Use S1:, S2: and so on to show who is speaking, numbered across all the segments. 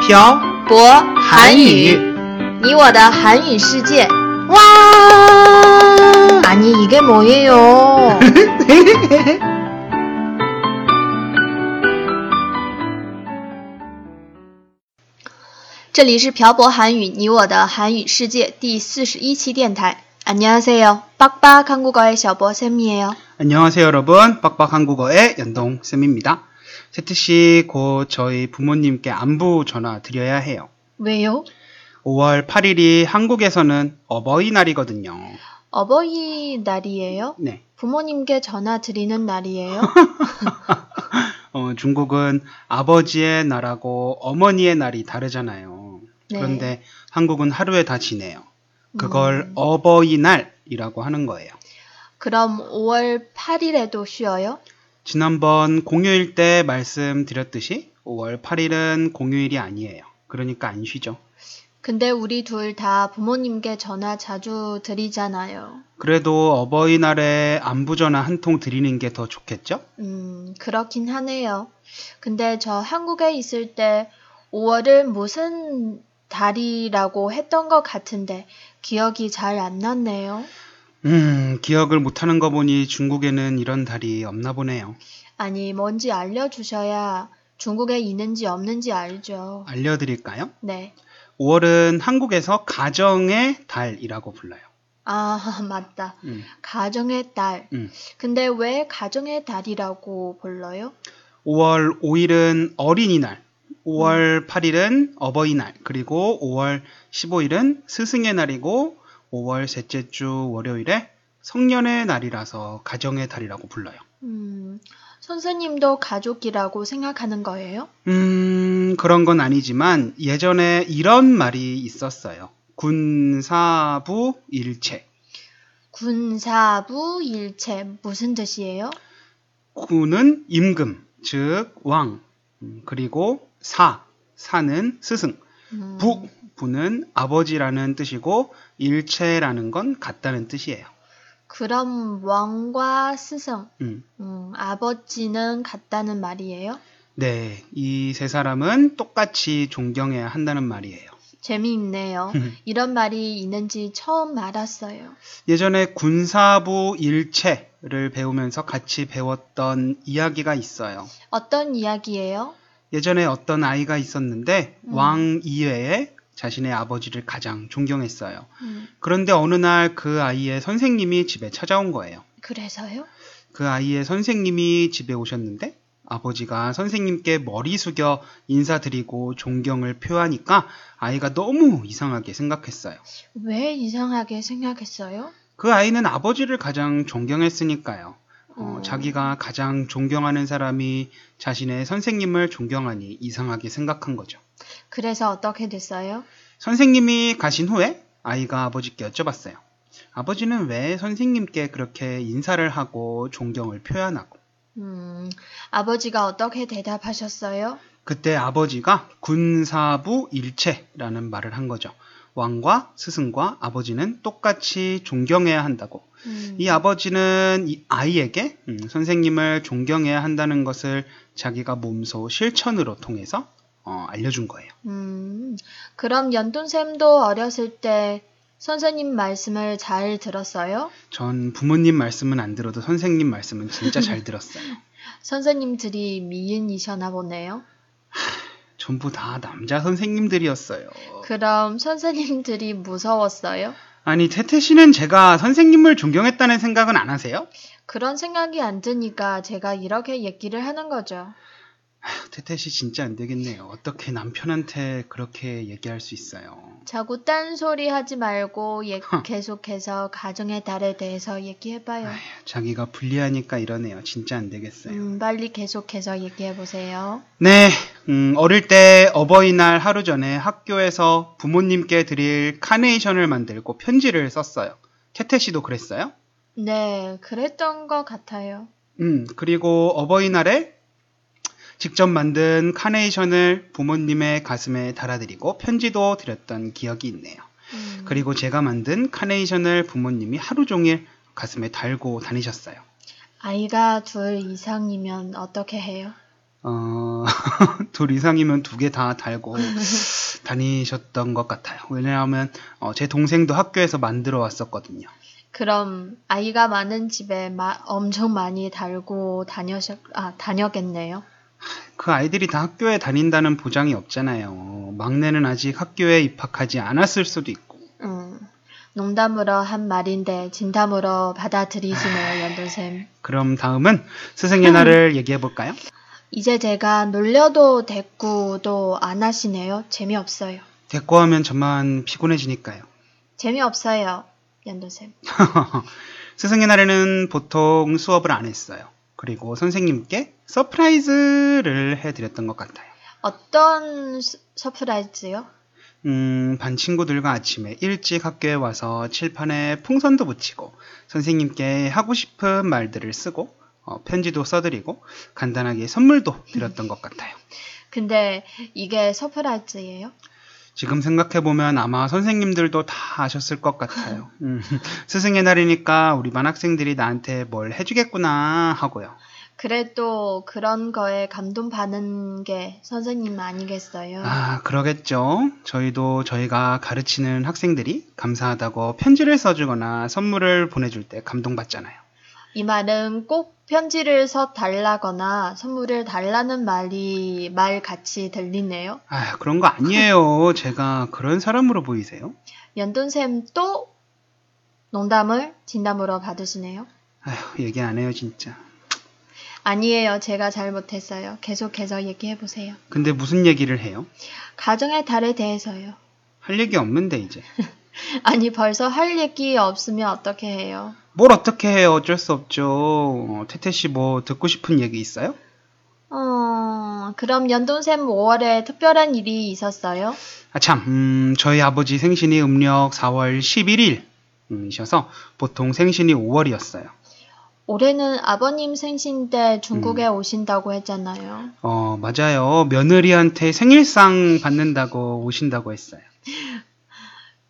S1: 朴
S2: 博
S1: 韩语，
S2: 你我的韩语世界。
S1: 와!
S2: 아니 이게 뭐예요?这里是漂泊韩语你我的韩语世界第四十一期电台。안녕하세요，빠빠한국어의小博쌤이에요。
S1: 안녕하세요, 여러분. 빡빡 한국어의 연동 쌤입니다. 세트 씨, 곧 저희 부모님께 안부 전화 드려야 해요.
S2: 왜요?
S1: 5월 8일이 한국에서는 어버이날이거든요.
S2: 어버이날이에요?
S1: 네.
S2: 부모님께 전화 드리는 날이에요?
S1: 어, 중국은 아버지의 날하고 어머니의 날이 다르잖아요.
S2: 네.
S1: 그런데 한국은 하루에 다 지내요. 그걸
S2: 음.
S1: 어버이날이라고 하는 거예요.
S2: 그럼 5월 8일에도 쉬어요?
S1: 지난번 공휴일 때 말씀드렸듯이 5월 8일은 공휴일이 아니에요. 그러니까 안 쉬죠.
S2: 근데 우리 둘 다 부모님께 전화 자주 드리잖아요.
S1: 그래도 어버이날에 안부 전화 한 통 드리는 게 더 좋겠죠?
S2: 음, 그렇긴 하네요. 근데 저 한국에 있을 때 5월을 무슨 달이라고 했던 것 같은데 기억이 잘 안 났네요.
S1: 음, 기억을 못하는 거 보니 중국에는 이런 달이 없나 보네요.
S2: 아니, 뭔지 알려주셔야 중국에 있는지 없는지 알죠.
S1: 알려드릴까요?
S2: 네.
S1: 5월은 한국에서 가정의 달이라고 불러요.
S2: 아, 맞다.
S1: 음,
S2: 가정의 달.
S1: 음.
S2: 근데 왜 가정의 달이라고 불러요?
S1: 5월 5일은 어린이날, 5월 8일은 어버이날, 그리고 5월 15일은 스승의 날이고 5월 셋째 주 월요일에 성년의 날이라서 가정의 달이라고 불러요.
S2: 음, 선생님도 가족이라고 생각하는 거예요?
S1: 음, 그런 건 아니지만 예전에 이런 말이 있었어요. 군사부 일체.
S2: 군사부 일체 무슨 뜻이에요?
S1: 군은 임금, 즉 왕. 음, 그리고 사, 사는 스승.
S2: 음,
S1: 부, 부는 아버지라는 뜻이고 일체라는 건 같다는 뜻이에요.
S2: 그럼 왕과 스승,
S1: 음.
S2: 음, 아버지는 같다는 말이에요?
S1: 네, 이 세 사람은 똑같이 존경해야 한다는 말이에요.
S2: 재미있네요. 이런 말이 있는지 처음 알았어요.
S1: 예전에 군사부 일체를 배우면서 같이 배웠던 이야기가 있어요.
S2: 어떤 이야기예요?
S1: 예전에 어떤 아이가 있었는데
S2: 음.
S1: 왕 이외에 자신의 아버지를 가장 존경했어요.
S2: 음,
S1: 그런데 어느 날 그 아이의 선생님이 집에 찾아온 거예요.
S2: 그래서요?
S1: 그 아이의 선생님이 집에 오셨는데 아버지가 선생님께 머리 숙여 인사드리고 존경을 표하니까 아이가 너무 이상하게 생각했어요.
S2: 왜 이상하게 생각했어요?
S1: 그 아이는 아버지를 가장 존경했으니까요. 어,
S2: 음,
S1: 자기가 가장 존경하는 사람이 자신의 선생님을 존경하니 이상하게 생각한 거죠.
S2: 그래서 어떻게 됐어요?
S1: 선생님이 가신 후에 아이가 아버지께 여쭤봤어요. 아버지는 왜 선생님께 그렇게 인사를 하고 존경을 표현하고
S2: 음, 아버지가 어떻게 대답하셨어요?
S1: 그때 아버지가 군사부 일체라는 말을 한 거죠. 왕과 스승과 아버지는 똑같이 존경해야 한다고
S2: 음,
S1: 이 아버지는 이 아이에게 음, 선생님을 존경해야 한다는 것을 자기가 몸소 실천으로 통해서 어, 알려준 거예요.
S2: 음, 그럼 연돈쌤도 어렸을 때 선생님 말씀을 잘 들었어요?
S1: 전 부모님 말씀은 안 들어도 선생님 말씀은 진짜 잘 들었어요.
S2: 선생님들이 미인이셔나 보네요.
S1: 전부 다 남자 선생님들이었어요.
S2: 그럼 선생님들이 무서웠어요?
S1: 아니 태태 씨는 제가 선생님을 존경했다는 생각은 안 하세요?
S2: 그런 생각이 안 드니까 제가 이렇게 얘기를 하는 거죠.
S1: 아휴, 그 태태 씨 진짜 안 되겠네요. 어떻게 남편한테 그렇게 얘기할 수 있어요?
S2: 자꾸 딴소리 하지 말고 얘- 계속해서 가정의 달에 대해서 얘기해봐요.
S1: 자기가 불리하니까 이러네요. 진짜 안 되겠어요.
S2: 음, 빨리 계속해서 얘기해보세요.
S1: 네, 음, 어릴 때 어버이날 하루 전에 학교에서 부모님께 드릴 카네이션을 만들고 편지를 썼어요. 태태 씨도 그랬어요?
S2: 네, 그랬던 것 같아요.
S1: 음, 그리고 어버이날에 직접 만든 카네이션을 부모님의 가슴에 달아드리고 편지도 드렸던 기억이 있네요.
S2: 음,
S1: 그리고 제가 만든 카네이션을 부모님이 하루 종일 가슴에 달고 다니셨어요.
S2: 아이가 둘 이상이면 어떻게 해요?
S1: 어, 둘 이상이면 두 개 다 달고 다니셨던 것 같아요. 왜냐하면 어, 제 동생도 학교에서 만들어 왔었거든요.
S2: 그럼 아이가 많은 집에 마- 엄청 많이 달고 다녀셨, 아, 다녔겠네요.
S1: 그 아이들이 다 학교에 다닌다는 보장이 없잖아요. 막내는 아직 학교에 입학하지 않았을 수도 있고.
S2: 음, 농담으로 한 말인데 진담으로 받아들이시네요, 연돈쌤.
S1: 그럼 다음은 스승의 날을 얘기해 볼까요?
S2: 이제 제가 놀려도 대꾸도 안 하시네요. 재미없어요.
S1: 대꾸하면 저만 피곤해지니까요.
S2: 재미없어요, 연돈쌤.
S1: 스승의 날에는 보통 수업을 안 했어요. 그리고 선생님께 서프라이즈를 해드렸던 것 같아요.
S2: 어떤 서- 서프라이즈요?
S1: 음, 반 친구들과 아침에 일찍 학교에 와서 칠판에 풍선도 붙이고 선생님께 하고 싶은 말들을 쓰고 어, 편지도 써드리고 간단하게 선물도 드렸던 것 같아요.
S2: 근데 이게 서프라이즈예요?
S1: 지금 생각해보면 아마 선생님들도 다 아셨을 것 같아요. 음, 스승의 날이니까 우리 반 학생들이 나한테 뭘 해주겠구나 하고요.
S2: 그래도 그런 거에 감동받는 게 선생님 아니겠어요?
S1: 아, 그러겠죠. 저희도 저희가 가르치는 학생들이 감사하다고 편지를 써주거나 선물을 보내줄 때 감동받잖아요.
S2: 이 말은 꼭 편지를 써 달라거나 선물을 달라는 말이 말 같이 들리네요.
S1: 아, 그런 거 아니에요. 제가 그런 사람으로 보이세요?
S2: 연돈쌤 또 농담을 진담으로 받으시네요.
S1: 아휴, 얘기 안 해요, 진짜.
S2: 아니에요. 제가 잘못했어요. 계속해서 얘기해보세요.
S1: 근데 무슨 얘기를 해요?
S2: 가정의 달에 대해서요.
S1: 할 얘기 없는데, 이제.
S2: 아니, 벌써 할 얘기 없으면 어떻게 해요?
S1: 뭘 어떻게 해요? 어쩔 수 없죠. 어, 태태 씨 뭐 듣고 싶은 얘기 있어요?
S2: 어, 그럼 연돈쌤 5월에 특별한 일이 있었어요?
S1: 아, 참. 음, 저희 아버지 생신이 음력 4월 11일이셔서 보통 생신이 5월이었어요.
S2: 올해는 아버님 생신 때 중국에 오신다고 했잖아요.
S1: 어, 맞아요. 며느리한테 생일상 받는다고 오신다고 했어요.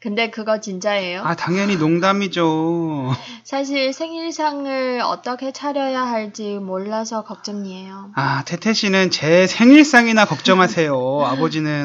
S2: 근데 그거 진짜예요?
S1: 아, 당연히 농담이죠.
S2: 사실 생일상을 어떻게 차려야 할지 몰라서 걱정이에요.
S1: 아, 태태 씨는 제 생일상이나 걱정하세요.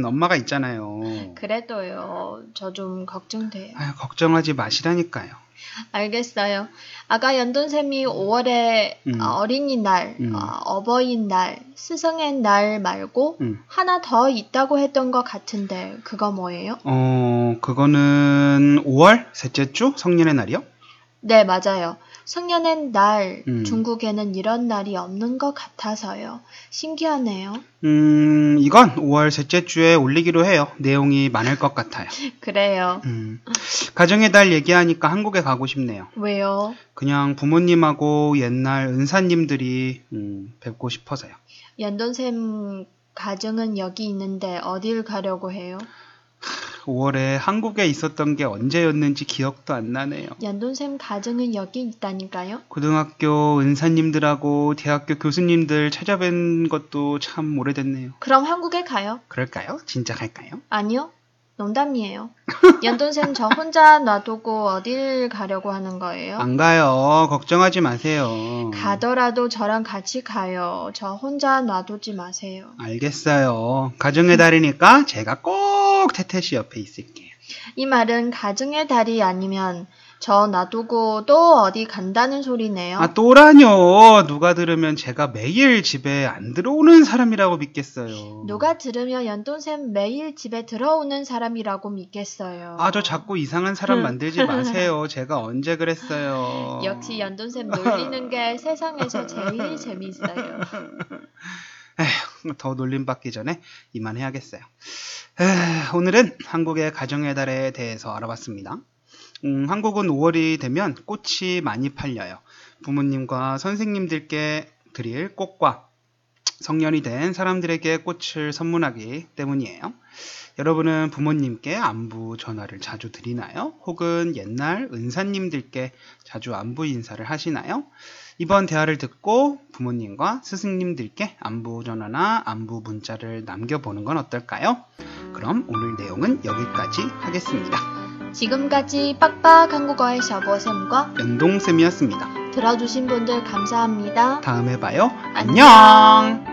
S1: 아버지는 엄마가 있잖아요.
S2: 그래도요, 저 좀 걱정돼요.
S1: 아유, 걱정하지 마시라니까요.
S2: 알겠어요. 아까 연돈쌤이 5월에
S1: 음.
S2: 어린이날,
S1: 음.
S2: 어, 어버이날, 스승의 날 말고
S1: 음.
S2: 하나 더 있다고 했던 것 같은데 그거 뭐예요?
S1: 어, 그거는 5월 셋째 주 성년의 날이요?
S2: 네, 맞아요. 성년의 날,
S1: 음.
S2: 중국에는 이런 날이 없는 것 같아서요. 신기하네요.
S1: 음, 이건 5월 셋째 주에 올리기로 해요. 내용이 많을 것 같아요.
S2: 그래요.
S1: 음, 가정의 달 얘기하니까 한국에 가고 싶네요.
S2: 왜요?
S1: 그냥 부모님하고 옛날 은사님들이 음, 뵙고 싶어서요.
S2: 연돈쌤 가정은 여기 있는데 어딜 가려고 해요?
S1: 5월에 한국에 있었던 게 언제였는지 기억도 안 나네요.
S2: 연돈쌤 가정은 여기 있다니까요?
S1: 고등학교 은사님들하고 대학교 교수님들 찾아뵌 것도 참 오래됐네요.
S2: 그럼 한국에 가요?
S1: 그럴까요? 진짜 갈까요?
S2: 아니요. 농담이에요. 연돈쌤 저 혼자 놔두고 어딜 가려고 하는 거예요?
S1: 안 가요. 걱정하지 마세요.
S2: 가더라도 저랑 같이 가요. 저 혼자 놔두지 마세요.
S1: 알겠어요. 가정의 달이니까 제가 꼭 태태 씨 옆에 있을게요.
S2: 이 말은 가정의 달이 아니면 저 놔두고 또 어디 간다는 소리네요.
S1: 아, 또라뇨. 누가 들으면 제가 매일 집에 안 들어오는 사람이라고 믿겠어요.
S2: 누가 들으면 연돈쌤 매일 집에 들어오는 사람이라고 믿겠어요. 음.
S1: 아, 저 자꾸 이상한 사람 만들지 마세요. 제가 언제 그랬어요.
S2: 역시 연돈쌤 놀리는 게 세상에서 제일 재미있어요.
S1: 더 놀림받기 전에 이만해야겠어요. 에휴, 오늘은 한국의 가정의 달에 대해서 알아봤습니다. 음, 한국은 5월이 되면 꽃이 많이 팔려요. 부모님과 선생님들께 드릴 꽃과 성년이 된 사람들에게 꽃을 선물하기 때문이에요. 여러분은 부모님께 안부 전화를 자주 드리나요? 혹은 옛날 은사님들께 자주 안부 인사를 하시나요? 이번 대화를 듣고 부모님과 스승님들께 안부 전화나 안부 문자를 남겨보는 건 어떨까요? 그럼 오늘 내용은 여기까지 하겠습니다.
S2: 지금까지 빡빡 한국어의 샤보쌤과
S1: 연동쌤이었습니다.
S2: 들어주신 분들 감사합니다.
S1: 다음에 봐요. 안녕!